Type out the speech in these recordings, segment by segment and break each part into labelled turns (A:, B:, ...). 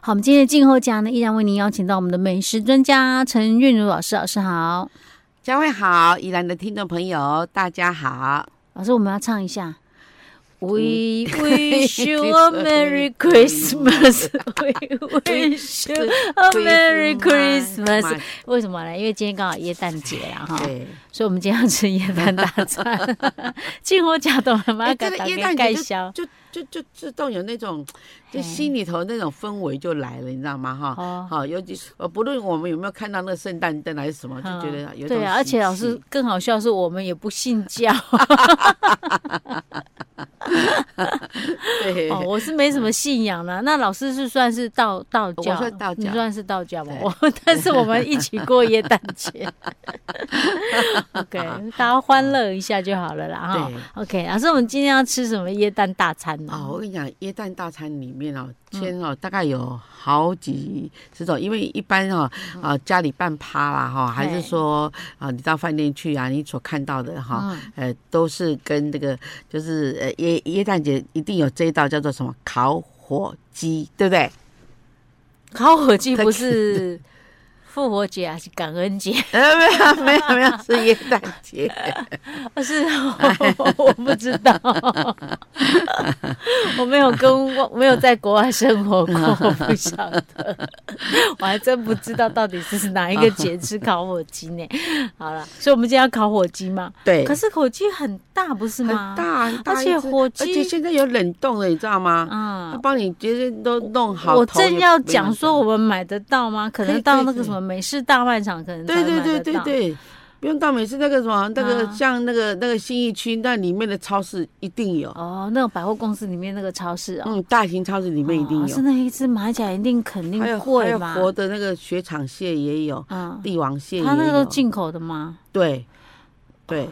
A: 好，我们今天的静候家呢，依然为您邀请到我们的美食专家陈韵如老师，老师好，
B: 嘉惠好，宜兰的听众朋友大家好。
A: 老师，我们要唱一下。We wish you a Merry Christmas. We wish you a Merry Christmas. 为什么呢？因为今天刚好耶诞节啦，哈，
B: 对，
A: 所以我们今天要吃耶诞大 餐。进货假懂了吗？
B: 哎这个耶
A: 给
B: 诞
A: 盖
B: 节
A: 销。
B: 就就就自动有那种，
A: 嘿
B: 就心里头那种氛围就来了，你知道吗？哈。
A: 哦，
B: 好，尤其是呃，不论我们有没有看到那个圣诞灯还是什么，就觉得有一种
A: 对啊，而
B: 喜
A: 且老
B: 气
A: 师更好笑的是，我们也不信教
B: 对，
A: 哦，我是没什么信仰的。那老师是算是道道教，
B: 我算道教
A: 你算是道教吧。
B: 对
A: 我但是我们一起过耶诞 节，OK，大家欢乐一下就好了啦哈。
B: 对
A: OK，老师，我们今天要吃什么耶诞大餐呢？
B: 哦，我跟你讲，椰蛋大餐里面哦，
A: 嗯
B: 先哦，大概有好几十种，因为一般哦，
A: 嗯
B: 啊、家里办趴啦哈、还
A: 对
B: 是说啊，你到饭店去啊，你所看到的哈、
A: 嗯
B: 呃，都是跟这个就是呃椰椰蛋节一定有这一道叫做什么烤火鸡，对不对？
A: 烤火鸡不是复活节还是感恩节？
B: 呃，没有没有没有，是椰蛋节。
A: 是哦，我不知道， 我没有跟我没有在国外生活过，我不晓得， 我还真不知道到底是哪一个节吃烤火鸡呢？好了，所以我们今天要烤火鸡嘛，
B: 对，
A: 可是火鸡很大不是
B: 很
A: 吗？
B: 大很大
A: 而
B: 一
A: 且
B: 只
A: 火
B: 而
A: 鸡
B: 且现在有冷冻了，你知道吗？他
A: 嗯。
B: 帮你直接都弄好头
A: 我
B: 也不用弄。
A: 正要讲说我们买得到吗？可
B: 可
A: 能
B: 以
A: 到
B: 可以
A: 那个
B: 可以
A: 什么美式大卖场可能才会
B: 对对
A: 买
B: 对
A: 得
B: 对
A: 到。
B: 对，不用到每次那个什么那个
A: 啊
B: 像那个那个新义区那里面的超市一定有，
A: 哦，那种百货公司里面那个超市哦，
B: 嗯，大型超市里面一定
A: 哦
B: 有
A: 是，那一只买起来一定肯定
B: 还有还
A: 贵
B: 有
A: 嘛。
B: 活的那个雪场蟹也有，
A: 嗯，
B: 帝王蟹也
A: 他那个都
B: 有，
A: 进哦口的吗？
B: 对对。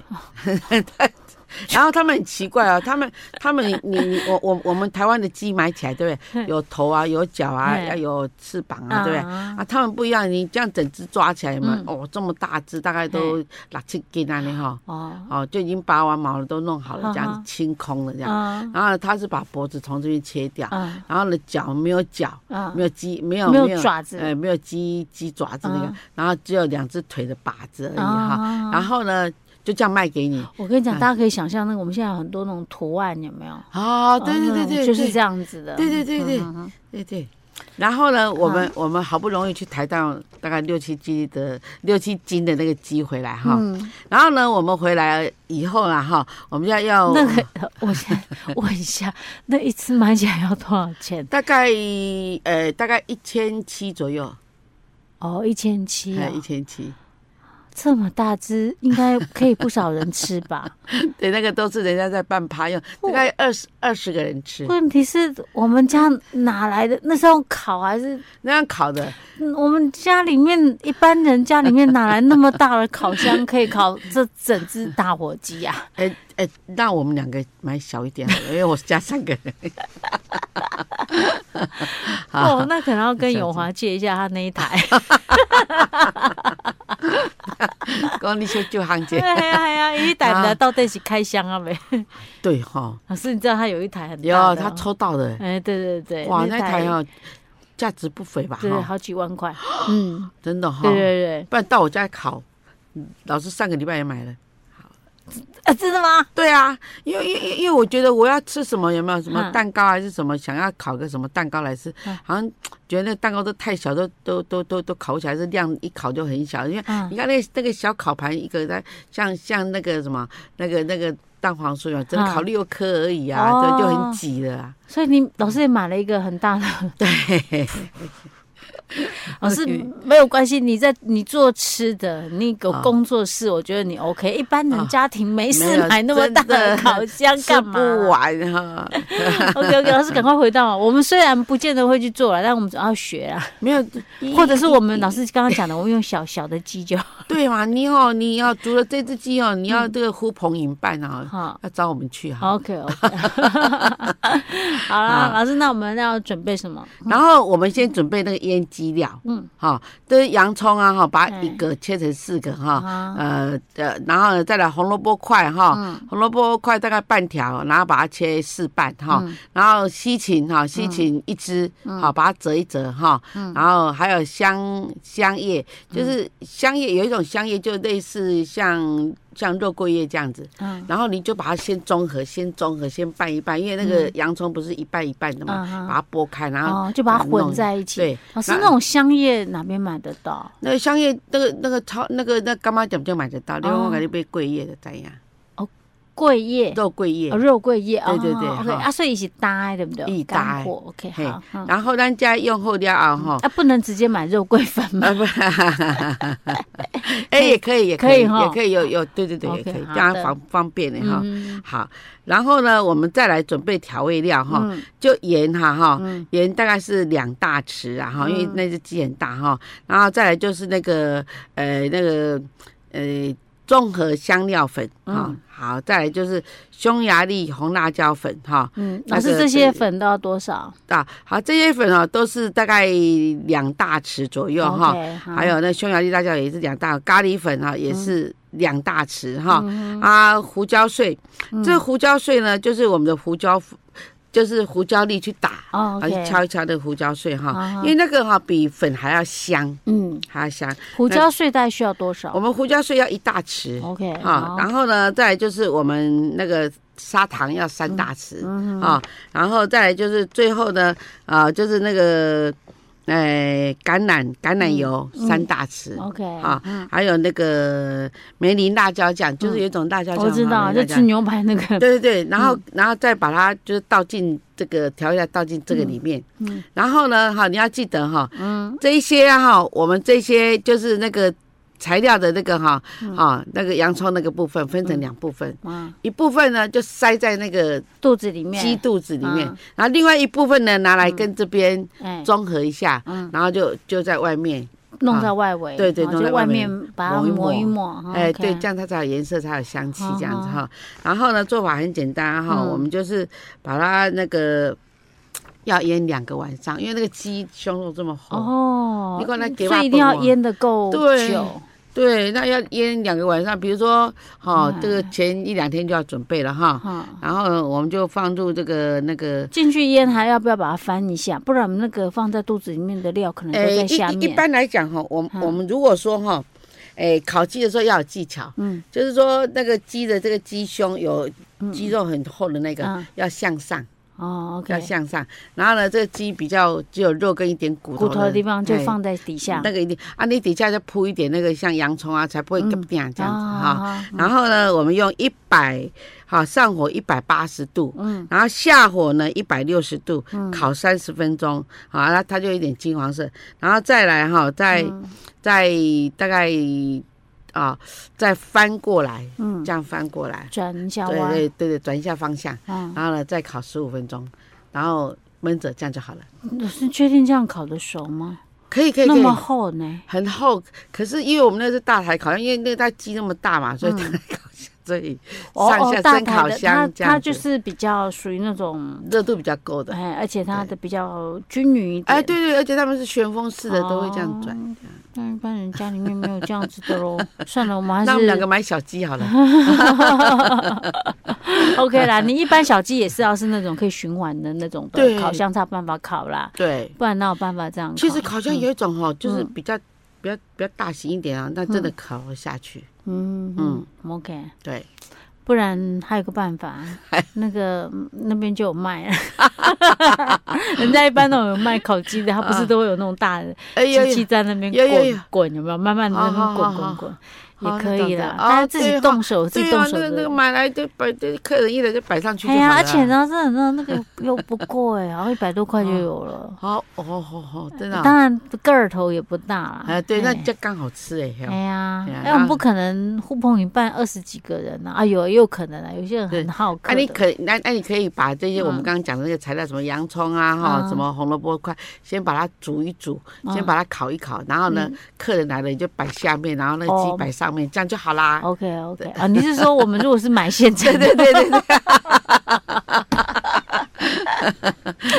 B: 然后他们很奇怪哦，他们他们你你我我我们台湾的鸡买起来对不 对？有头啊，有脚啊，
A: 嘿
B: 要有翅膀啊，对不对？
A: 啊
B: 啊，他们不一样，你这样整只抓起来有没有
A: 嗯？
B: 哦，这么大只，大概都六七斤啊，你哈。
A: 哦，
B: 哦，就已经拔完毛了，都弄好
A: 啊
B: 了，这
A: 哈
B: 样清空了这样。
A: 啊
B: 然后他是把脖子从这边切掉，
A: 啊
B: 然后呢脚没有脚，
A: 啊
B: 没有鸡，没有
A: 没有爪子
B: 呃，没有鸡鸡爪子那个
A: 啊，
B: 然后只有两只腿的把子而已哈。然
A: 啊！
B: 后呢，就这样卖给你。
A: 我跟你讲，
B: 嗯
A: 大家可以想象那个我们现在有很多那种图案，有没有？
B: 哦，对对对
A: 嗯
B: 对，
A: 就是
B: 对
A: 这样子的。
B: 对对对对
A: 嗯嗯
B: 对对。然后呢，我们我们好不容易去抬到大概六七斤的六七斤的那个鸡回来哈。
A: 嗯，
B: 然后呢，我们回来以后啊哈，我们要要
A: 那个 我先问一下，那一次买起来要多少 钱？
B: 大概呃大概一千七左右，
A: 哦，一千七啊
B: 还哎有一，千七，
A: 这么大只，应该可以不少人吃 吧？
B: 对，那个都是人家在办趴用，大概二十二十个人吃，
A: 问题是我们家哪来的？那时候烤还是
B: 那样烤的，
A: 嗯我们家里面一般人家里面哪来那么大的烤箱可以烤这整只大火鸡呀、啊？
B: 哎哎，那我们两个买小一点好 了，因为我是家三个人， 好
A: 哦，那可能要跟永华借一下他那一台。
B: 讲你去救行
A: 对
B: 姐，
A: 呀哎呀，一台
B: 啊
A: 的到底是开箱啊没？
B: 对哈，
A: 老师，你知道他有一台很
B: 有
A: 大的哦、
B: 他抽到的，
A: 哎，对对对，
B: 哇，那台，哦，价值不菲吧
A: 对对，
B: 哈，
A: 好几万块，嗯，
B: 真的哈
A: 对，对对，
B: 不然到我家烤，老师上个礼拜也买了。
A: 啊，真的吗？
B: 对啊，因为因为因为我觉得我要吃什么有没有什么
A: 嗯
B: 蛋糕还是什么，想要烤个什么蛋糕来吃
A: 嗯，
B: 好像觉得那个蛋糕都太小，都都都都都烤不起来，这量一烤就很小。因为
A: 嗯
B: 你看那个那个小烤盘一个在像像那个什么那个那个蛋黄酥啊，只能烤六颗而已啊，
A: 嗯哦
B: 对，就很挤了啊。
A: 所以你老师也买了一个很大的，
B: 对，
A: 老师哦没有关系，你在你做吃的那个
B: 啊
A: 工作室，我觉得你 OK。一般人
B: 啊
A: 家庭没
B: 没
A: 事
B: 有
A: 买那么
B: 真
A: 大的
B: 的
A: 烤箱
B: 吃
A: 干嘛
B: 不
A: 啦？
B: 完啊哈。
A: OK OK，老师赶快回到我们虽然不见得会去做了，但我们总要学 啊，
B: 没有，
A: 或者是我们老师刚刚讲的，我们用小小的鸡就 好。
B: 对嘛？你哦，你要除了这只鸡哦，你要这个呼朋引伴啊，
A: 嗯好
B: 要找我们去哈。
A: ，OK OK，好啦，老师，那我们要准备什么？
B: 然后我们先准备那个椰腌鸡料，
A: 嗯，
B: 哈，这洋葱啊，哈，把
A: 哎
B: 一个切成四个哈，
A: 啊，
B: 呃呃，然后呢再来红萝卜块哈，
A: 嗯，
B: 红萝卜块大概半条，然后把它切四瓣哈，
A: 嗯
B: 然后西芹哈，西芹一支，好，把它折一折哈，
A: 嗯
B: 然后还有香香叶，就是香叶有一种香叶就类似像像肉桂叶这样子，
A: 嗯，
B: 然后你就把它先中和，先中和，先拌一拌，因为那个
A: 嗯
B: 洋葱不是一瓣一瓣的嘛，
A: 嗯哼
B: 把它剥开，然后
A: 哦，就把它
B: 弄
A: 混在一起。
B: 对，
A: 老师，那种香叶哪边买得到？
B: 那个香叶那个那个超那个那干妈店就买得
A: 哦
B: 到，另外我给你买桂叶的怎样？
A: 桂叶，
B: 肉桂叶
A: 嗯哦，。肉桂叶，
B: 对对
A: 哦
B: 对
A: ，OK
B: 哈
A: 啊，所以一起搭的，对不对？
B: 一起搭
A: 干货，OK，
B: 嘿
A: 好，嗯
B: 然后咱家用后了啊哈，
A: 啊，不能直接买肉桂粉吗
B: 啊不，哎也可以也可
A: 嗯可以
B: 以
A: 哈
B: 也可以有有对对对
A: OK，
B: 也可以，
A: 好
B: 这样
A: 的
B: 方方便的哈。
A: 嗯
B: 好，然后呢，我们再来准备调味料哈，
A: 嗯
B: 就盐哈哈，
A: 嗯
B: 盐大概是两大匙啊哈，因为
A: 嗯
B: 那只鸡很大哈，然后再来就是那个呃那个呃综合香料粉哈
A: 嗯，
B: 好，再来就是匈牙利红辣椒粉哈
A: 嗯，
B: 那
A: 老师
B: 个
A: 这些
B: 是
A: 粉都要多少？
B: 啊，好这些粉啊都是大概两大匙左右
A: 哦
B: 哈。
A: OK，好，
B: 还有那匈牙利辣椒也是两大，咖喱粉啊也是两大匙哈、
A: 嗯
B: 啊，胡椒碎，
A: 嗯
B: 这胡椒碎呢就是我们的胡椒，就是胡椒粒去打，
A: 哦
B: 啊去
A: ，OK，
B: 敲一敲那个胡椒碎哈、
A: 啊哈
B: 因为那个哈、比粉还要香，
A: 嗯，
B: 还要香。
A: 胡椒碎大概需要多
B: 我
A: 少
B: 们胡椒碎要一大匙哈、
A: ？OK，好哎
B: 然后呢再来就是我们那个砂糖要三大匙啊、
A: 嗯
B: 然后再来就是最后呢啊、就是那个。哎，橄榄橄榄油、
A: 嗯
B: 三大匙，
A: ，OK，
B: 啊，
A: 嗯
B: 还有那个梅林辣椒酱，就是有一种辣椒酱哈，
A: 哦我知道，
B: 梅
A: 就吃
B: 林辣椒酱
A: 牛排那个，
B: 对对对，然
A: 嗯
B: 后、然后再把它就是倒进这个调料，倒进这个里面。
A: 嗯
B: 然后呢，哈，你要记得哈，
A: 嗯，
B: 这一些啊哈，我们这些就是那个材料的那个哈
A: 嗯
B: 啊，那个洋葱那个部分分成两部分。
A: 哇，
B: 一部分呢就塞在那个
A: 嗯肚子里面，
B: 鸡肚子里面
A: 嗯，
B: 然后另外一部分呢拿来跟这边
A: 哎，
B: 综合一下，
A: 嗯，
B: 然后就就在外面，
A: 弄在外围，
B: 对对
A: 好
B: 弄
A: 就
B: 在
A: 外
B: 外
A: 面
B: 面
A: 把它抹
B: 抹
A: 一
B: 一
A: 抹，哈哦
B: 哎，
A: ，OK
B: 对，这样它才有颜色，才有香气
A: 哦
B: 这样子哈。然后呢，做法很简单哈，
A: 嗯
B: 我们就是把它那个要腌两个晚上，因为那个鸡胸肉这么厚，
A: 哦，
B: 你看那鸡
A: 所
B: 肉
A: 以一定要
B: 饭啊
A: 腌的够
B: 对
A: 久，
B: 对，那要腌两个晚上，比如说哈
A: 哎，
B: 这个前一两天就要准备了哈。
A: 哈，
B: 然后呢我们就放入这个那个，
A: 进去腌还要不要把它翻一下？不然我们那个放在肚子里面的料可能嗯都在
B: 哎一
A: 下
B: 一一
A: 面。
B: 般来讲哈，我
A: 嗯
B: 我们如果说哈，哎，烤鸡的时候要有技巧，
A: 嗯
B: 就是说那个鸡的这个鸡胸有
A: 嗯
B: 鸡肉很厚的那个
A: 嗯
B: 要向上。
A: 哦
B: 要
A: ，OK，
B: 向上，然后呢，这个鸡比较只有肉跟一点骨
A: 骨
B: 头
A: 头的地方就
B: 哎
A: 放在底下，
B: 那个一定啊，你底下再铺一点那个像洋葱啊，才不会
A: 嗯
B: 更变这样子哈。
A: 啊，
B: 然后呢，我们用一百好上火一百八十度，
A: 嗯
B: 然后下火呢一百六十度
A: 嗯
B: 烤三十分钟，好，那它就有点金黄色，然后再来哈，再
A: 嗯
B: 再大概啊再翻过来，
A: 嗯，
B: 这样翻过来，
A: 转一下
B: 对
A: 弯，
B: 对对对，转一下方向。
A: 嗯，
B: 然后呢再烤十五分钟，然后焖着这样就好了。
A: 老师确定这样烤的熟吗？
B: 可以可以
A: 那
B: 可以
A: 么，厚呢？
B: 很厚。可是因为我们那是大台烤箱，因为那台鸡那么大嘛，所以大台烤箱，所以
A: 嗯哦
B: 上
A: 哦，
B: 下
A: 大
B: 蒸
A: 台
B: 烤
A: 的，它
B: 箱这样
A: 它
B: 子
A: 就是比较属于那种，
B: 热度比较够的。
A: 哎，而且它的比较均匀一点。
B: 哎，对对，而且他们是旋风式的，都会这样转。
A: 哦。那一般人家里面没有这样子的 喽。算了，我们还
B: 那我
A: 是
B: 们两个买小鸡 好了，
A: OK 啦。你一般小鸡也是要是那种可以循环的那种的
B: 对
A: 烤箱才有办法烤啦，
B: 对。
A: 不然哪有办法这样烤？
B: 其实烤箱有一种哈，就是
A: 嗯
B: 比较比较比较大型一点啊，那真的烤不下去。
A: 嗯嗯
B: 嗯
A: OK，
B: 对，
A: 不然还有个办法，那个嗯那边就有卖，啊 人家一般那种有卖烤鸡的，他不是都会有那种大的
B: 哎呦
A: 机器
B: 呦，
A: 在那边
B: 有有有
A: 滚滚，有没有？慢慢的那边滚
B: 好好
A: 滚
B: 好
A: 滚，
B: 好
A: 也可以啦。
B: 那种的哦
A: 大家自己
B: 对
A: 动手，自己
B: 对
A: 动
B: 啊，
A: 手
B: 那个那
A: 的
B: 个。买来就摆，就客人一来就摆上去就
A: 哎
B: 好了
A: 呀，
B: 啊。
A: 而且呢，这那那个又又不贵，然后一百多块就
B: 嗯
A: 有了。
B: 好，哦好好好，真的啊。
A: 嗯当然个儿头也不大啦。
B: 哎，对，那
A: 哎
B: 就刚好吃哎、嘿
A: 哎呀
B: 哎呀，
A: 哎，我们
B: 那
A: 不可能互碰一半二十几个人呐。啊，有也有可能啊，有些人
B: 对
A: 很好客
B: 啊，你
A: 的
B: 可那那你可以把这些我们
A: 嗯
B: 刚刚讲的那个材料，什么洋葱啊，哈、
A: 嗯
B: 什么红萝卜块，先把它煮一煮，
A: 嗯
B: 先把它烤一烤，然后呢，客人来了你就摆下面，然后那个
A: 哦
B: 鸡摆上面，这样就好啦。
A: OK OK 啊，你是说我们如果是买现成
B: 对
A: 的，
B: 对对对对，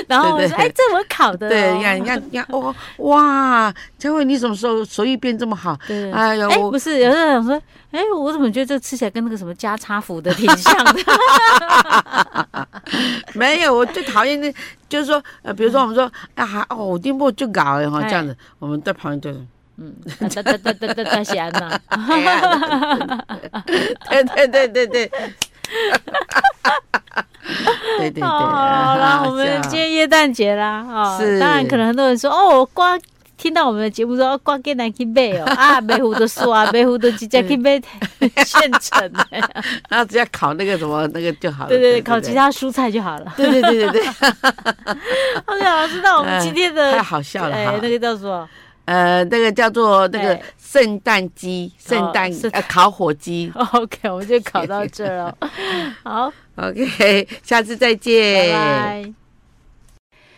A: 然后我
B: 对
A: 说：“
B: 对
A: 哎，这我考的哦。”
B: 对，你看，你看，你看，哦，哇，佳慧，你什么时候手艺变这么好？
A: 对
B: 哎呀，
A: 哎，
B: 我
A: 不是，有的人想说，哎，我怎么觉得这吃起来跟那个什么加差福的挺像的？
B: 没有，我最讨厌的，就是说，呃，比如说我们说，啊，还哦，我丁波就搞哎哈，这样子，我们在旁边就是，
A: 嗯，哒哒哒哒哒哒，喜安呐，
B: 哎呀对对对对对，对对对，
A: 啊好啦，我们今天耶诞节啦，哦，
B: 是
A: 当然可能很多人说，哦，瓜听到我们的节目说，哦瓜给南去买哦， 啊，北湖的树啊，北湖的直接去 买现成的，
B: 然后只要烤那个什么那个就好了，
A: 对对对，烤其，他蔬菜就 好了。
B: 对对对对对，
A: OK，老师，那我们今天
B: 太
A: 的
B: 好笑了
A: 哎
B: 哈，
A: 那个叫什么？
B: 呃，那个叫做那个
A: 对
B: 圣诞鸡，圣诞
A: 是
B: 呃烤火鸡
A: OK，我们就考到这儿了。 好，
B: ，OK，下次再
A: 拜
B: 见，
A: 拜。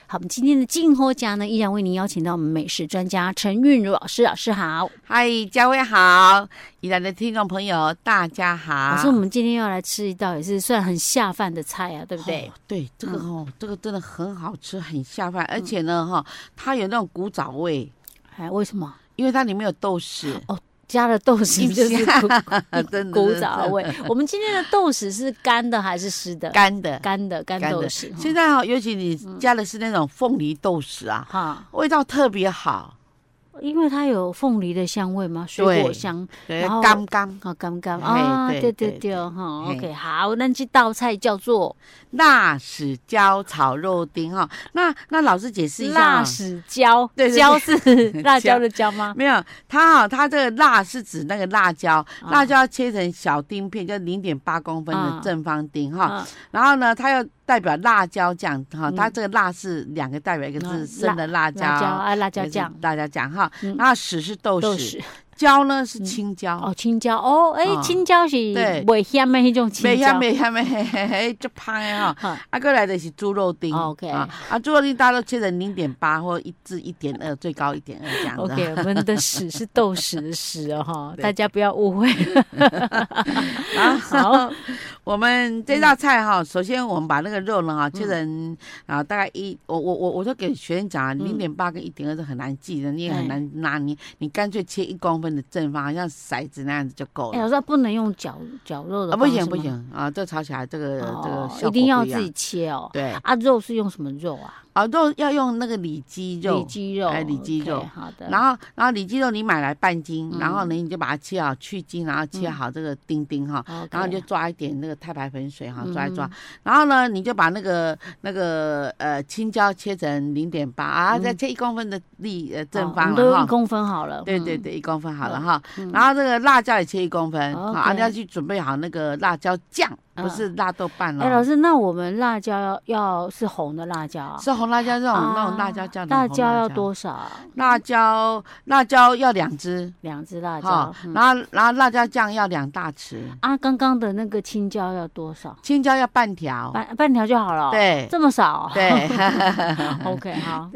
A: 好，我们今天的静候家呢，依然为您邀请到我们美食专家陈韵如老师，老师好。
B: 嗨，佳慧好，宜兰的听众朋友大家好。
A: 老师，我们今天要来吃一道也是算很下饭的菜啊，对不对嗯
B: 哦？对，这个哦，这个真的很好吃，很下饭，而且呢，哈，它有那种古早味，
A: 哎，为什么
B: 因为它里面有 豆豉，
A: 加了豆 豉就是
B: 啊真的
A: 古
B: 真
A: 早
B: 的
A: 味？我们今天的豆豉是干的还是湿的？
B: 干的，
A: 干的哦干
B: 干
A: 豆
B: 的。
A: 豉。
B: 现在哈，尤其你加的是那种凤梨豆豉啊，
A: 哈，
B: 味道特别好，
A: 因为它有凤梨的香味嘛，水
B: 对
A: 果香，
B: 对
A: 然后，
B: 刚刚
A: 好感觉
B: 嗯嘿
A: 啊，
B: 对
A: 对
B: 对
A: 对对，哈
B: 嘿
A: ，OK，好，那这道菜叫做
B: 辣豉椒炒肉丁哈。那那老师解释一下
A: 辣
B: 哦，
A: 豉椒，
B: 对对对
A: 椒 是辣椒的椒吗？
B: 没有，它哈，它这个辣是指那个辣椒，
A: 啊
B: 辣椒要切成小丁片，就零点八公分
A: 啊
B: 的正方丁哈。
A: 啊，
B: 然后呢，它要代表辣椒酱哈，
A: 嗯
B: 它这个辣是两个代表，一个
A: 嗯
B: 是生的辣椒，
A: 辣椒啊，辣
B: 一
A: 椒
B: 个是
A: 酱，
B: 辣椒酱哈。
A: 嗯
B: 然后豉是豆
A: 豆
B: 豉，
A: 豉，
B: 椒呢是青椒，
A: 哦，青椒，哦，哎，
B: 啊
A: 青椒是
B: 对
A: 袂香的那种青
B: 没呀
A: 椒，
B: 没呀没，嘿嘿嘿，就胖的哈。
A: 哈，
B: 啊，过来的是猪肉丁
A: 哦，OK
B: 啊，啊，猪肉丁大家都切成零点八或一至一点二，最高一点二这样子。
A: OK，我们的屎 是豆豉的屎哦，哈，
B: 对
A: 大家不要误会。
B: 然
A: 啊好嗯
B: 后我们这道菜哈，首先我们把那个肉呢哈切成啊大概一，我我我我都给学生讲
A: 嗯
B: 啊，零点八跟一点二是很难记的，你也
A: 哎
B: 很难拿捏，你干脆切一公分的正方，好像骰子那样子就够
A: 哎，
B: 了。
A: 我说不能用绞绞肉的
B: 啊，不
A: 方式
B: 行
A: 吗，
B: 不行啊，这炒起来这个这个
A: 哦，
B: 效果
A: 一定要
B: 不样
A: 自己切哦。
B: 对
A: 啊，肉是用什么肉啊？
B: 啊，肉要用那个里脊
A: 里
B: 肉。
A: 脊肉，
B: 哎里脊
A: OK，
B: 肉
A: 好的。
B: 然后，然后里脊肉你买来半斤，然后呢你就把它切好去筋，然后切
A: 嗯
B: 好这个丁丁哈，
A: 后
B: 然后你就抓一点那个太白粉水哈，抓一抓，
A: 哦嗯
B: 然后呢，你就把那个那个呃青椒切成零点八啊，
A: 嗯
B: 再切一公分的粒呃正
A: 好我
B: 方
A: 们都
B: 了
A: 用
B: 哈。
A: 公分好了。
B: 对对
A: 嗯，
B: 对，一公分好了
A: 嗯
B: 哈。
A: 嗯哦
B: 然后这个辣椒也切一公分，好
A: OK
B: 啊，你要去准备好那个辣椒酱，
A: 嗯
B: 不是辣豆瓣
A: 哎，老
B: 哦，
A: 师，那我们辣椒要要是红的辣椒啊？
B: 是红辣椒那种
A: 啊
B: 那种辣椒酱的
A: 辣
B: 红
A: 椒要。多少？啊
B: 辣椒辣椒要两只
A: 两只辣
B: 哈
A: 椒。，嗯
B: 然后然后辣椒酱要两大匙，
A: 啊，刚刚的那个青椒要多少？
B: 青椒要半条，
A: 半半条就好了哦。
B: 对
A: 这么少
B: 对。
A: ？OK，好。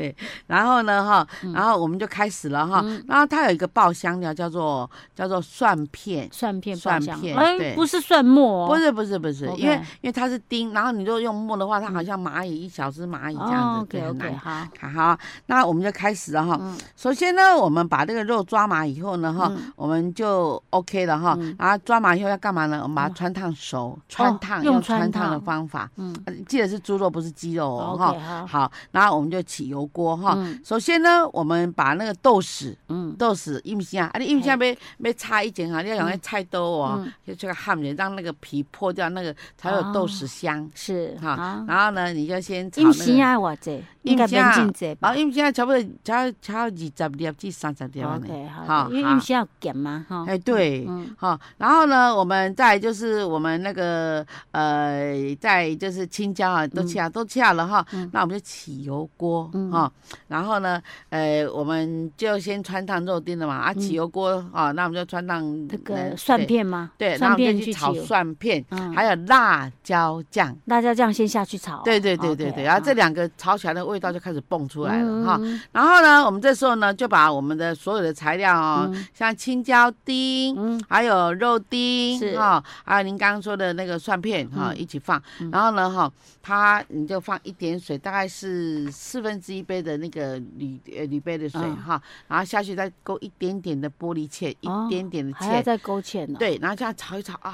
B: 然后呢，哈，
A: 嗯
B: 然后我们就开始了哈。然后它有一个爆香料，叫做叫做蒜片，
A: 蒜片爆
B: 蒜
A: 香，
B: 片
A: 哎，
B: 对
A: 不是蒜末哦，
B: 不是不是不是，
A: OK 嗯
B: 因为因为它是丁，然后你如果用末的话，它好像蚂蚁一小只蚂蚁这样子，对，
A: OK
B: 很
A: OK，
B: 难。
A: 好，
B: 看好，那我们就开始了哈。
A: 哦嗯
B: 首先呢，我们把这个肉抓麻以后呢，哈，我们就 OK 了哈。
A: 嗯
B: 然后抓麻以后要干嘛呢？我们把它穿烫熟，穿烫、
A: 哦用
B: 用
A: 穿
B: 穿烫的
A: 烫
B: 方法。
A: 嗯
B: 呃记得是猪肉，不是鸡肉哦，哈。
A: ，OK，好，
B: 好，然后我们就起油锅哈。
A: 嗯
B: 首先呢，我们把那个豆豉
A: 嗯，
B: 豆豉一米啊，啊你一米要要插一剪哈，你要用那菜刀哦
A: 嗯，
B: 就这个焊着，让那个皮破掉，那个才有豆豉香。
A: 是
B: 好
A: 啊，
B: 然后呢，你就先炒
A: 一
B: 那
A: 时
B: 个。
A: 啊，我这应该
B: 一
A: 免
B: 时啊
A: 进这
B: 然
A: 吧
B: 后一米啊，差不多炒炒二十粒至三十粒安尼。
A: ？OK，好
B: 啊好
A: 的，因为
B: 好
A: 有些要咸嘛，哈，
B: 哎，对，
A: 嗯
B: 好、然后呢，我们再来就是我们那个呃，再就是青椒啊，都切好，都切好了哈。
A: 嗯
B: 那我们就起油锅哈、
A: 嗯
B: 然后呢，呃，我们就先穿烫肉丁了嘛，啊，起油锅啊，那我们就穿烫
A: 嗯这
B: 呃
A: 个蒜
B: 对
A: 片吗？
B: 对，然
A: 蒜
B: 后我们
A: 片
B: 就
A: 去
B: 去炒
A: 切
B: 蒜片。
A: 嗯
B: 还还有辣椒酱。
A: 辣椒酱先下去炒。啊
B: 对对对对
A: OK，
B: 对，然后这
A: 好
B: 两个炒起来的味道就开始蹦出来了哈。
A: 嗯
B: 然后呢，我们这时候呢就把我们的所有的材料哦，像青椒丁，
A: 嗯
B: 还有肉丁
A: 是嗯
B: 哈、还有您刚刚说的那个蒜片哈、一起放。然后呢哈、它你就放一点水，大概是四分之一杯的那个铝呃铝杯的水
A: 嗯
B: 哈、然后下去再勾一点点的玻璃芡，
A: 哦
B: 一点点的
A: 还要
B: 芡，
A: 再勾芡哦呢。，
B: 嗯对，然后这样炒一炒啊。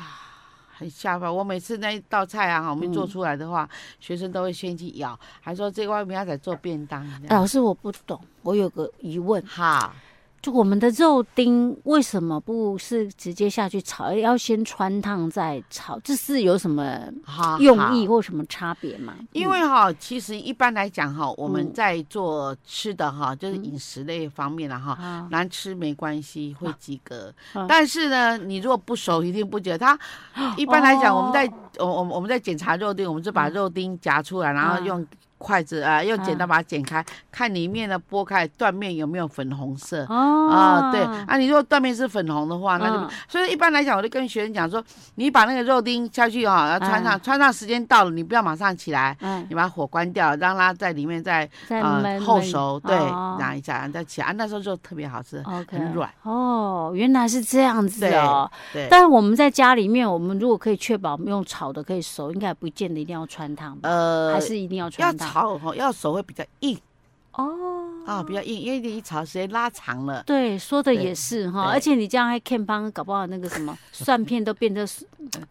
B: 很下饭。我每次那一道菜啊，哈我们
A: 嗯
B: 做出来的话，学生都会先去咬，还说这外面要再做便当这样。
A: 哎老师我不懂，我有个疑问，
B: 好，
A: 就我们的肉丁为什么不是直接下去炒，要先穿烫再炒？这是有什么
B: 好
A: 用
B: 啊好
A: 意或什么差别吗？
B: 因
A: 嗯
B: 为哈、其实一般来讲哈、我们
A: 嗯
B: 在做吃的哈、就是饮食类方面了哈、
A: 啊，
B: 难吃没关系，会及格。
A: 啊
B: 但是呢，你如果不熟，一定不及格。它
A: 哦
B: 一般来讲，我们在我我们我们在检查肉丁，我们就把
A: 嗯
B: 肉丁夹出来，然后
A: 啊
B: 用筷子啊、呃用剪刀
A: 啊
B: 把它剪开，看里面的剥开断面有没有粉红色。
A: 哦
B: 啊、对啊，你如果断面是粉红的话，那就不、
A: 嗯
B: 所以一般来讲，我就跟学生讲说，你把那个肉丁下去哈、要穿上，
A: 嗯
B: 穿上时间到了，你不要马上起来，
A: 哎，
B: 你把火关掉，让它在里面再呃
A: 在焖
B: 啊后
A: 焖
B: 熟，对，
A: 哦
B: 拿一下，然后再起来。啊，那时候肉特别好吃，
A: OK，
B: 很软。
A: 哦，原来是这样子
B: 对
A: 哦。
B: 对，
A: 但我们在家里面，我们如果可以确保用炒的可以熟，应该不见得一定要穿烫吧？
B: 呃
A: 还是一定要
B: 要
A: 穿烫？
B: 炒哈，要手会比较硬
A: 哦，
B: 啊，比较硬，因为你一炒时间拉长了。
A: 对，说的
B: 对
A: 也是哈。
B: 对
A: 而且你这样还 can 帮，搞不好那个 什么蒜片都变得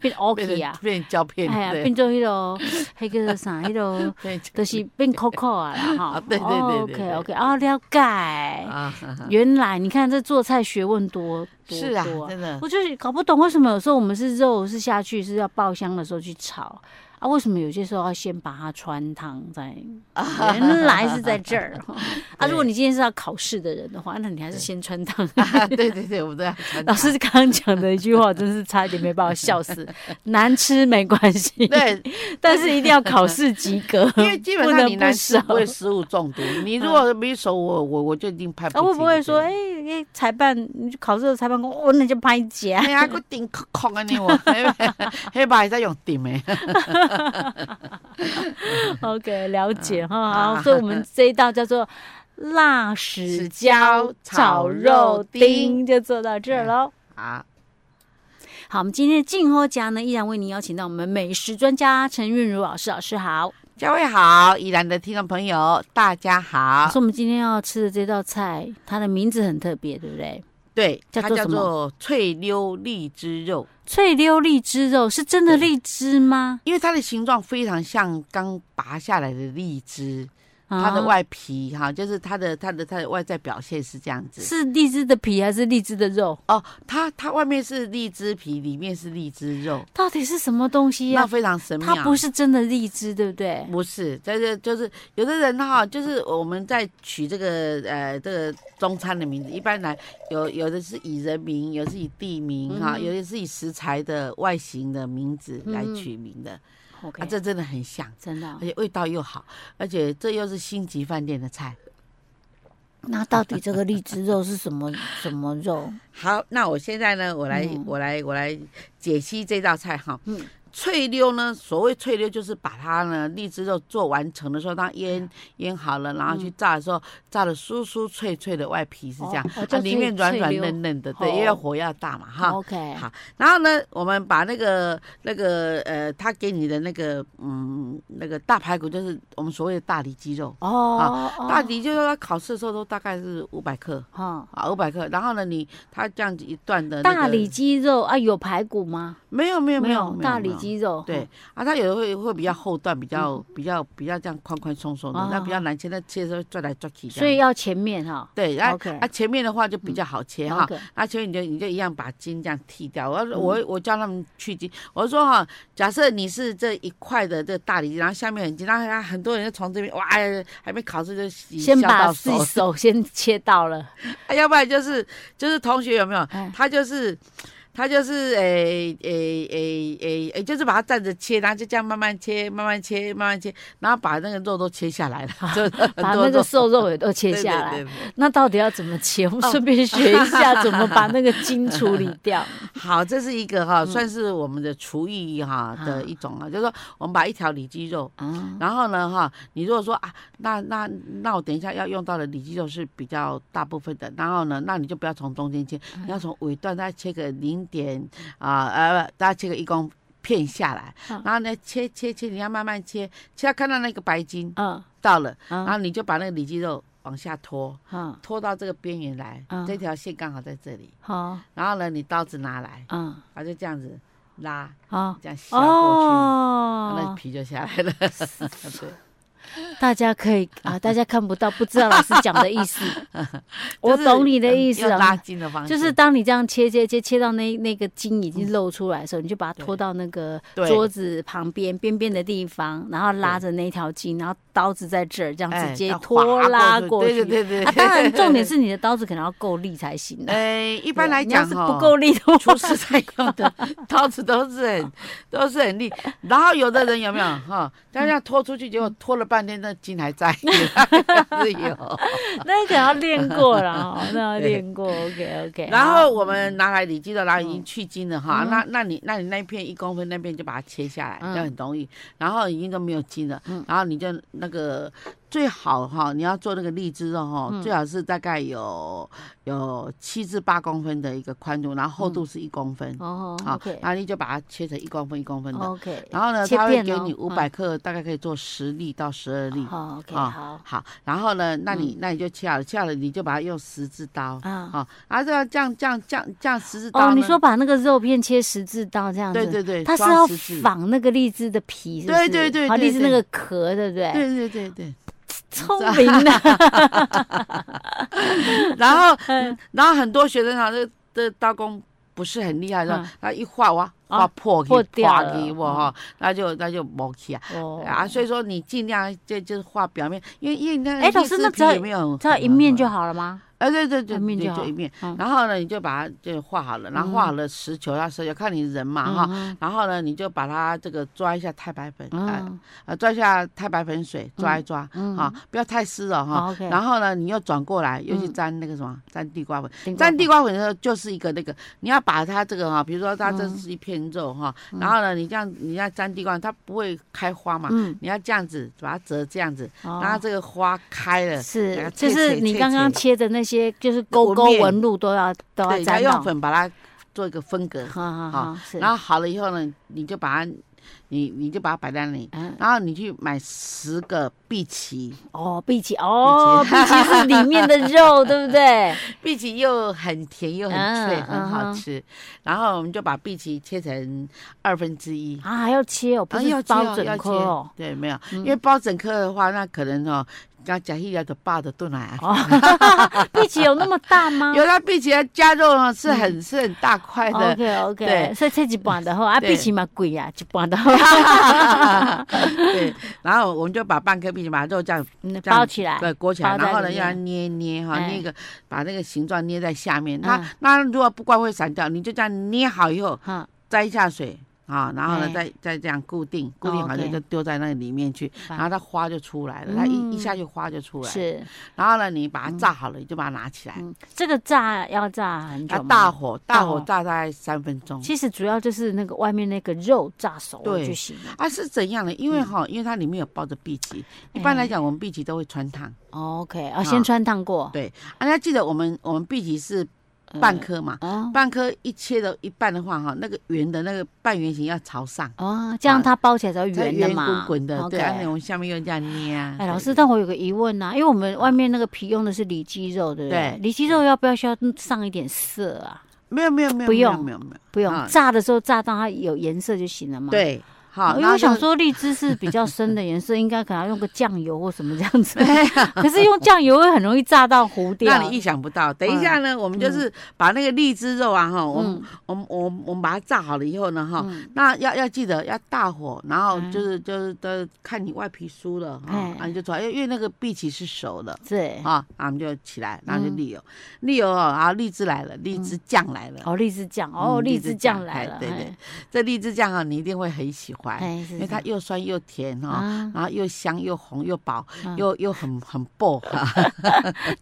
A: 变 OK
B: 变
A: 啊
B: 成，变成胶片，
A: 哎呀，
B: 对
A: 变做迄个迄个啥，迄 个
B: 变
A: 就是变 Coco 啊啦哈
B: 啊。对对对对对
A: OK OK，哦，了解。
B: 啊，哈哈
A: 原来你看这做菜学问多多
B: 是啊
A: 多，
B: 真 的。
A: 我就是搞不懂为什么有时候我们是肉是下去是要爆香的时候去炒啊，为什么有些时候要先把它穿烫 在？原来是在这儿啊！
B: 对
A: 如果你今天是要考试的人的话，那你还是先穿烫。
B: 啊对对对，我们都要传 达
A: 老师刚刚讲的一句话，真是差一点没把我笑 死。难吃没关系，
B: 对，
A: 但是一定要考试及格，
B: 因为基本
A: 不
B: 上
A: 能
B: 你难
A: 不
B: 吃
A: 熟
B: 不会食物中毒，你如果没熟，我我我就一定拍 不
A: 啊，
B: 进。
A: 会不会说，哎、
B: 对？
A: 哎裁判，你去考试的裁判讲，哦，那就拍 假
B: 哎。呀，个顶空空啊你我， 黑白在用顶的。
A: OK，了解哈。
B: 啊
A: 好，所以我们这一道叫做辣豉
B: 豉
A: 椒
B: 椒
A: 炒
B: 炒
A: 肉
B: 肉
A: 丁，
B: 丁
A: 就做到这儿
B: 嗯
A: 喽。
B: 好，
A: 好，我们今天的静候家呢，依然为您邀请到我们美食专家陈韵如老师，老师好。
B: 嘉惠好，宜兰的听众朋友大家好
A: 老。师，我们今天要吃的这道菜，它的名字很特别，对不对？
B: 对，
A: 叫
B: 它
A: 做
B: 叫
A: 什么
B: 做翠溜荔枝肉，
A: 脆溜荔枝肉是真的
B: 对
A: 荔枝吗？
B: 因为它的形状非常像刚拔下来的荔枝，它
A: 啊
B: 的外皮哈，就是它的它的它的外在表现是这样子。
A: 是荔枝的皮还是荔枝的肉？
B: 哦，它它外面是荔枝皮，里面是荔枝肉，
A: 到底是什么东西
B: 那
A: 呀、
B: 非常神妙。
A: 它不是真的荔枝，对不对？
B: 不是，在这就是有的人哈，就是我们在取这个呃这个中餐的名字，一般来有有的是以人名，有的是以地名哈，
A: 嗯
B: 有的是以食材的外形的名字来取名的，
A: OK，、
B: 啊，这真的很像，
A: 真的哦、
B: 而且味道又好，而且这又是星级饭店的菜。
A: 那到底这个荔枝肉是什么 什么肉？
B: 好，那我现在呢，我来、
A: 嗯
B: 我来我来解析这道菜哈。
A: 嗯
B: 脆溜呢，所谓脆溜就是把它呢荔枝肉做完成的时候，当
A: 哎
B: 腌腌好了，然后去炸的时候，炸的酥酥脆脆的，外皮是这样，
A: 嗯哦哦
B: 啊
A: 叫
B: 里
A: 脆
B: 面软
A: 脆
B: 软
A: 溜
B: 嫩嫩的，
A: 哦
B: 对，因为火要大嘛哈。
A: OK，
B: 好然后呢，我们把那个那个呃，他给你的那个嗯那个大排骨，就是我们所谓的大里脊肉，
A: 哦，哦
B: 大里脊肉它考试的时候都大概是五百克。
A: 哈、
B: 啊，五百克。然后呢，你它这样子一段的、那个、
A: 大里肌肉啊，有排骨吗？
B: 没有没有没有没有
A: 大里。哦
B: 没有
A: 肌肉
B: 对啊，它有的会会比
A: 嗯
B: 较后段，比较、比较比较这样宽宽松松的，那比较难切，那切的时候拽来拽去这
A: 哦
B: 样。
A: 所以要前面哈、
B: 对，然后
A: OK 嗯
B: 啊前面的话就比较好切哈
A: OK，嗯
B: 啊前面你就你就一样把筋这样剃掉。我要我我教他们去筋，我说哈，假设你是这一块的这个大里脊，然后下面很筋，然后很多人就从这边哇，还没烤试就
A: 先
B: 削
A: 把
B: 到
A: 自
B: 手
A: 己手先切到了，
B: 啊，要不然就是就是同学有没有
A: 哎？
B: 他就是它就是诶诶诶诶诶，就是把它蘸着切，然后就这样慢慢切，慢慢切，慢慢切，然后把那个肉都切下 来了，就
A: 把那个瘦 肉也都切下 来。那到底要怎么切？我们顺便学一下怎么把那个筋处理掉。
B: 好，这是一个
A: 嗯
B: 哈，算是我们的厨艺哈的一种啊，就是说我们把一条里脊肉，然后呢哈，你如果说啊，那那那我等一下要用到的里脊肉是比较大部分的，然后呢，那你就不要从中间切，
A: 嗯
B: 你要从尾段再切个零点啊呃，大家切个一公片下来，
A: 嗯
B: 然后呢切切切，你要慢慢切，切到看到那个白筋
A: 嗯
B: 到了，
A: 嗯
B: 然后你就把那个里脊肉往下拖，
A: 嗯，
B: 拖到这个边缘来
A: 嗯，
B: 这条线刚好在这里，
A: 好，
B: 然后呢你刀子拿来，
A: 嗯
B: 然后就这样子拉，
A: 好。
B: 这样削过去。那
A: 哦，
B: 皮就下来了，对，
A: 大家可以啊，大家看不到，不知道老师讲的意思。我
B: 就是
A: 懂你的意思
B: 嗯要
A: 啊，
B: 拉筋的方式，
A: 就是当你这样切切切切到那那个筋已经露出来的时候，你就把它拖到那个
B: 对
A: 桌子旁边边边的地方，然后拉着那条筋，然后刀子在这儿这样
B: 哎
A: 直接
B: 要
A: 拖
B: 划
A: 拉过
B: 对
A: 去。
B: 对 对
A: 啊，
B: 对。
A: 当然重点是你的刀子可能要够力才行啊。
B: 呃，一般来讲
A: 你要
B: 哈，
A: 是不够力的话，
B: 厨师才用的刀子都是很都是很利，然后有的人有没有哈？他这样拖出去，结
A: 嗯
B: 果拖了半天，那筋 还在，是有。
A: 那可能要练过 了哦，那要练过。OK OK。
B: 然后我们拿来里脊的，然后已经去筋了哈。
A: 嗯
B: 那那你那你那片一公分那边就把它切下来，
A: 嗯
B: 这样很容易。然后已经都没有筋了
A: 嗯，
B: 然后你就那个最好哈，你要做那个荔枝肉哈
A: 嗯，
B: 最好是大概有有七至八公分的一个宽度，然后厚度是一公分。
A: 嗯哦
B: 好
A: ，OK
B: 然后你就把它切成一公分一公分的，
A: OK。
B: 然后呢，
A: 切
B: 它会
A: 片
B: 给
A: 哦
B: 你五百克，大概可以做十粒到十二粒。
A: 好嗯 OK
B: 啊
A: 好
B: 好，然后呢，那你那你就切好了，切好了你就把它用十字刀，
A: 啊。
B: 好，然后这样这样这样这样这样十字刀
A: 哦，
B: 呢。
A: 你说把那个肉片切十字刀这样子。
B: 对对对，
A: 它是
B: 双
A: 要
B: 十字
A: 仿那个荔枝的皮，是不是？
B: 对对对
A: 好，
B: 对
A: 荔枝那
B: 对
A: 个壳，对不对？
B: 对啊对对 对，
A: 聪明啊 的，
B: 然 后
A: 嗯
B: 然后很多学生啊，这这刀工不是很厉害的
A: 嗯，
B: 他一划哇
A: 啊
B: 划破
A: 破掉了嗯
B: 给我哈，那就那就磨起啊
A: 哦
B: 啊，所以说你尽量就就是画表面，因为因为那个
A: 哎老师
B: 荔枝
A: 那
B: 皮
A: 只要
B: 也没有
A: 只要一面就好了吗？
B: 哎，对对对，
A: 一面
B: 对
A: 就好
B: 一面
A: 嗯。
B: 然后呢，你就把它就画好了，然后画好了石球啊石球，看你人嘛哈。
A: 嗯
B: 然后呢，你就把它这个抓一下太白粉，啊
A: 嗯
B: 啊，抓一下太白粉水，抓一抓
A: 嗯
B: 啊，不要太湿了哈。
A: 好，OK。
B: 然后呢，你又转过来，又去
A: 嗯
B: 沾那个什么，沾地瓜粉。
A: 顶
B: 沾地
A: 呱
B: 瓜粉的时候，就是一个那个，你要把它这个哈，比如说它这
A: 嗯
B: 是一片肉哈，然后呢，你这样你要沾地瓜，它不会开花嘛
A: 呱，嗯，
B: 你要这样子把它折这样子，
A: 哦
B: 然后这个花开了，把它
A: 是，
B: 切
A: 就是
B: 切
A: 你
B: 切
A: 刚刚
B: 切
A: 切的那些，就是勾
B: 纹
A: 勾
B: 面
A: 纹路都要都要
B: 对，要
A: 沾
B: 用
A: 到。
B: 粉把它做一个分隔，
A: 好好好，是。
B: 然后好了以后呢，你就把它，你你就把它摆在那里，
A: 嗯，
B: 然后你去买十个碧琪，
A: 哦，碧琪，哦，碧琪 是里面的肉，对不对？
B: 碧琪又很甜又很脆，
A: 嗯
B: 很
A: 嗯
B: 好
A: 哼
B: 吃。然后我们就把碧琪切成二分之一。
A: 啊，还要切哦，不
B: 啊
A: 是
B: 要切
A: 包
B: 哦
A: 整
B: 要
A: 颗
B: 切
A: 哦。
B: 对，没有，因为包整颗的话，那可能哦，刚讲一条的爸的炖来，啊
A: 哦，碧琪有那么大吗？
B: 有它碧琪的加肉呢是
A: 嗯
B: 很是很大块的，
A: OK OK，
B: 对
A: 所以切一半的好，啊，
B: 对
A: 比起嘛贵啊，一半的 好，
B: 对，然后我们就把半颗碧琪把肉这样
A: 嗯
B: 这样
A: 包起来。
B: 对，裹起来，
A: 包在
B: 然后
A: 里面
B: 呢，要它捏一捏哈，
A: 哎
B: 捏一个把那个形状捏在下面。
A: 嗯
B: 那那如果不乖会散掉，你就这样捏好以后，
A: 哈，
B: 沾一下水啊，然后呢
A: 哎，
B: 再再这样固定，固定好
A: 哦
B: 了
A: ，OK
B: 就丢在那里面去，
A: 棒
B: 然后它花就出来了，它
A: 嗯
B: 一一下就花就出来。，
A: 是
B: 然后呢，你把它炸好了，你就把它拿起来，
A: 嗯，这个炸要炸很久
B: 它
A: 吗
B: 大火大火
A: 哦
B: 炸大概三分钟。
A: 其实主要就是那个外面那个肉炸熟了
B: 对
A: 就行了。
B: 啊，是怎样的？因
A: 嗯
B: 为哈，因为它里面有包着碧琪，
A: 哎
B: 一般来讲我们碧琪都会穿烫。
A: OK，哦，
B: 啊
A: 先穿烫过，
B: 对，啊，大家记得我们我们碧琪是半颗嘛，
A: 哦
B: 半颗一切的一半的话，哈，那个圆的那个半圆形要朝上，
A: 哦，这样它包起来才会
B: 才
A: 圆的嘛
B: 滚，滚的，
A: OK
B: 对，啊，那我们下面又这样捏啊。
A: 哎，老
B: 对
A: 师，但我有个疑问啊呐，因为我们外面那个皮用的是里脊肉，对不对？
B: 对
A: 里脊肉要不要需要上一点色啊？
B: 没有没有没有
A: 不用
B: 没有没有没有，
A: 不用，
B: 啊
A: 炸的时候炸到它有颜色就行了嘛。哦
B: 对，哈，
A: 因
B: 然
A: 为
B: 后
A: 我
B: 就
A: 想 说荔枝是比较深的颜色，应该可能要用个酱油或什么这样 子。可是用酱油会很容易炸到啊糊掉。
B: 啊让你意想不到。等一下呢，
A: 嗯
B: 我们就是把那个荔枝肉啊，哈，我们我们我们我们把它炸好了以后呢，哈，
A: 嗯
B: 那要要记得要大火，然后就是就是的，看你外皮酥了哈
A: 哎，
B: 啊你就抓，因为因为那个碧琪是熟的。
A: 对，
B: 啊，那我们就起来，然
A: 嗯
B: 后就沥油，沥油啊，然后荔枝来了，荔枝酱来了，
A: 哦，荔枝酱，哦，
B: 嗯
A: 荔枝酱来了，
B: 哎对对
A: 哎，
B: 这荔枝酱啊，你一定会很喜欢，
A: 哎，
B: 因
A: 是
B: 为它
A: 它
B: 又酸又甜哈，
A: 啊，
B: 然后又香又红又饱
A: 嗯
B: 又又很很爆哈。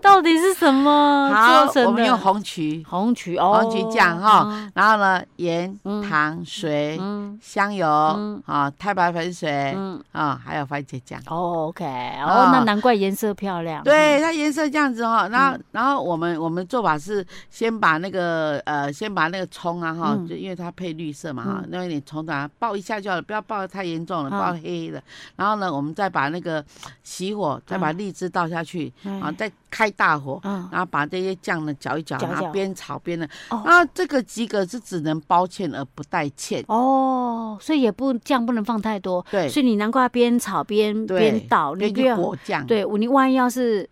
A: 到底是什么
B: 好
A: 哦做成，的？
B: 我们用红曲，
A: 红曲哦，
B: 红曲酱哈
A: 啊，
B: 然后呢，盐、
A: 嗯
B: 糖、水、
A: 嗯
B: 香油
A: 嗯
B: 啊，太白粉水
A: 嗯，
B: 啊，还有番茄酱。
A: 哦，OK，哦，那难怪颜色漂亮。
B: 啊对，它颜色这样子哈，然
A: 嗯
B: 后然后我们我们做法是先把那个呃，先把那个葱啊哈
A: 嗯，
B: 就因为它配绿色嘛哈
A: 嗯，
B: 弄一点葱啊，爆一下就好了，不要爆得太严重了，
A: 嗯
B: 爆得黑黑的。然后呢，我们再把那个熄火，再把荔枝倒下去
A: 嗯
B: 啊，再开大火，
A: 嗯，
B: 然后把这些酱呢搅一搅，
A: 搅一
B: 然
A: 搅
B: 后边炒边的。
A: 哦
B: 那这个及格是只能包芡而不带芡。
A: 哦，所以也不酱不能放太多，
B: 对
A: 所以你难怪边炒边
B: 对
A: 边倒，
B: 那
A: 你不
B: 就
A: 要
B: 果酱。
A: 对，你万一要是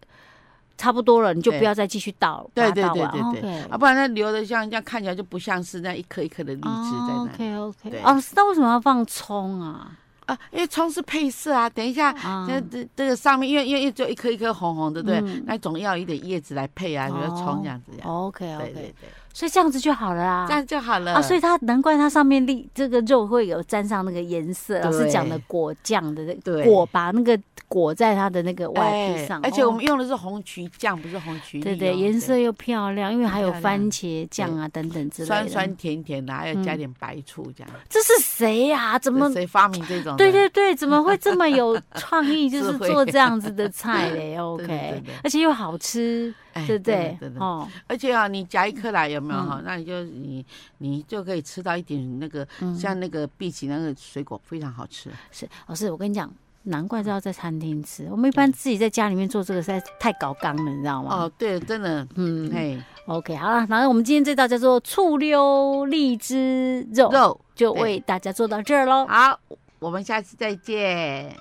A: 差不多了，你就
B: 对
A: 不要再继续倒，
B: 对
A: 把它
B: 对
A: 倒
B: 对
A: 完哦
B: 对对
A: ，OK
B: 啊，不然那留的像这样看起来就不像是那一颗一颗的荔枝在
A: 哦
B: 那里
A: OK OK，
B: 对
A: 哦，那为什么要放葱啊？
B: 啊，因为葱是配色啊。等一下，
A: 啊
B: 这这这个上面因为因为只有一颗一颗红红的，对不对
A: 嗯，
B: 那总要有一点叶子来配啊，比如
A: 哦
B: 葱这样子呀。
A: ，OK
B: 对
A: OK，
B: 对对，
A: 所以这样子就好了啦。
B: 这样就好了
A: 啊，所以它难怪它上面粒这个肉会有沾上那个颜色，老师
B: 对
A: 讲的果酱的
B: 对
A: 果，把那个裹在它的那个外
B: 哎
A: 皮上，
B: 而且我们
A: 哦
B: 用的是红曲酱，不是红曲
A: 对
B: 粒
A: 对
B: 哦
A: 颜色又漂亮，因为还有
B: 漂亮
A: 番茄酱啊等等之类的。
B: 酸酸甜甜的，还要加点白醋这样。
A: 这是谁呀、怎
B: 这
A: 么？
B: 谁哦发明这种的？
A: 对对对，怎么会这么 有创意？就
B: 智
A: 是
B: 慧
A: 做这样子的菜 嘞，OK，
B: 对对
A: 而且又好吃，
B: 哎，
A: 对不
B: 真的
A: 对
B: 真？的
A: 哦，
B: 而且啊，你夹一颗来有没有哈？那你就你你就可以吃到一点那个，像那个碧琪那个水果非常好吃。
A: 嗯是老师，我跟你讲，难怪都要在餐厅吃。我们一般自己在家里面做这个实在太搞纲了，你知道吗？
B: 哦，对，真的，
A: 嗯
B: 哎，
A: OK，好了，然后我们今天这道叫做醋溜荔枝肉，
B: 肉
A: 就
B: 对
A: 为大家做到这儿喽。
B: 好，我们下次再见。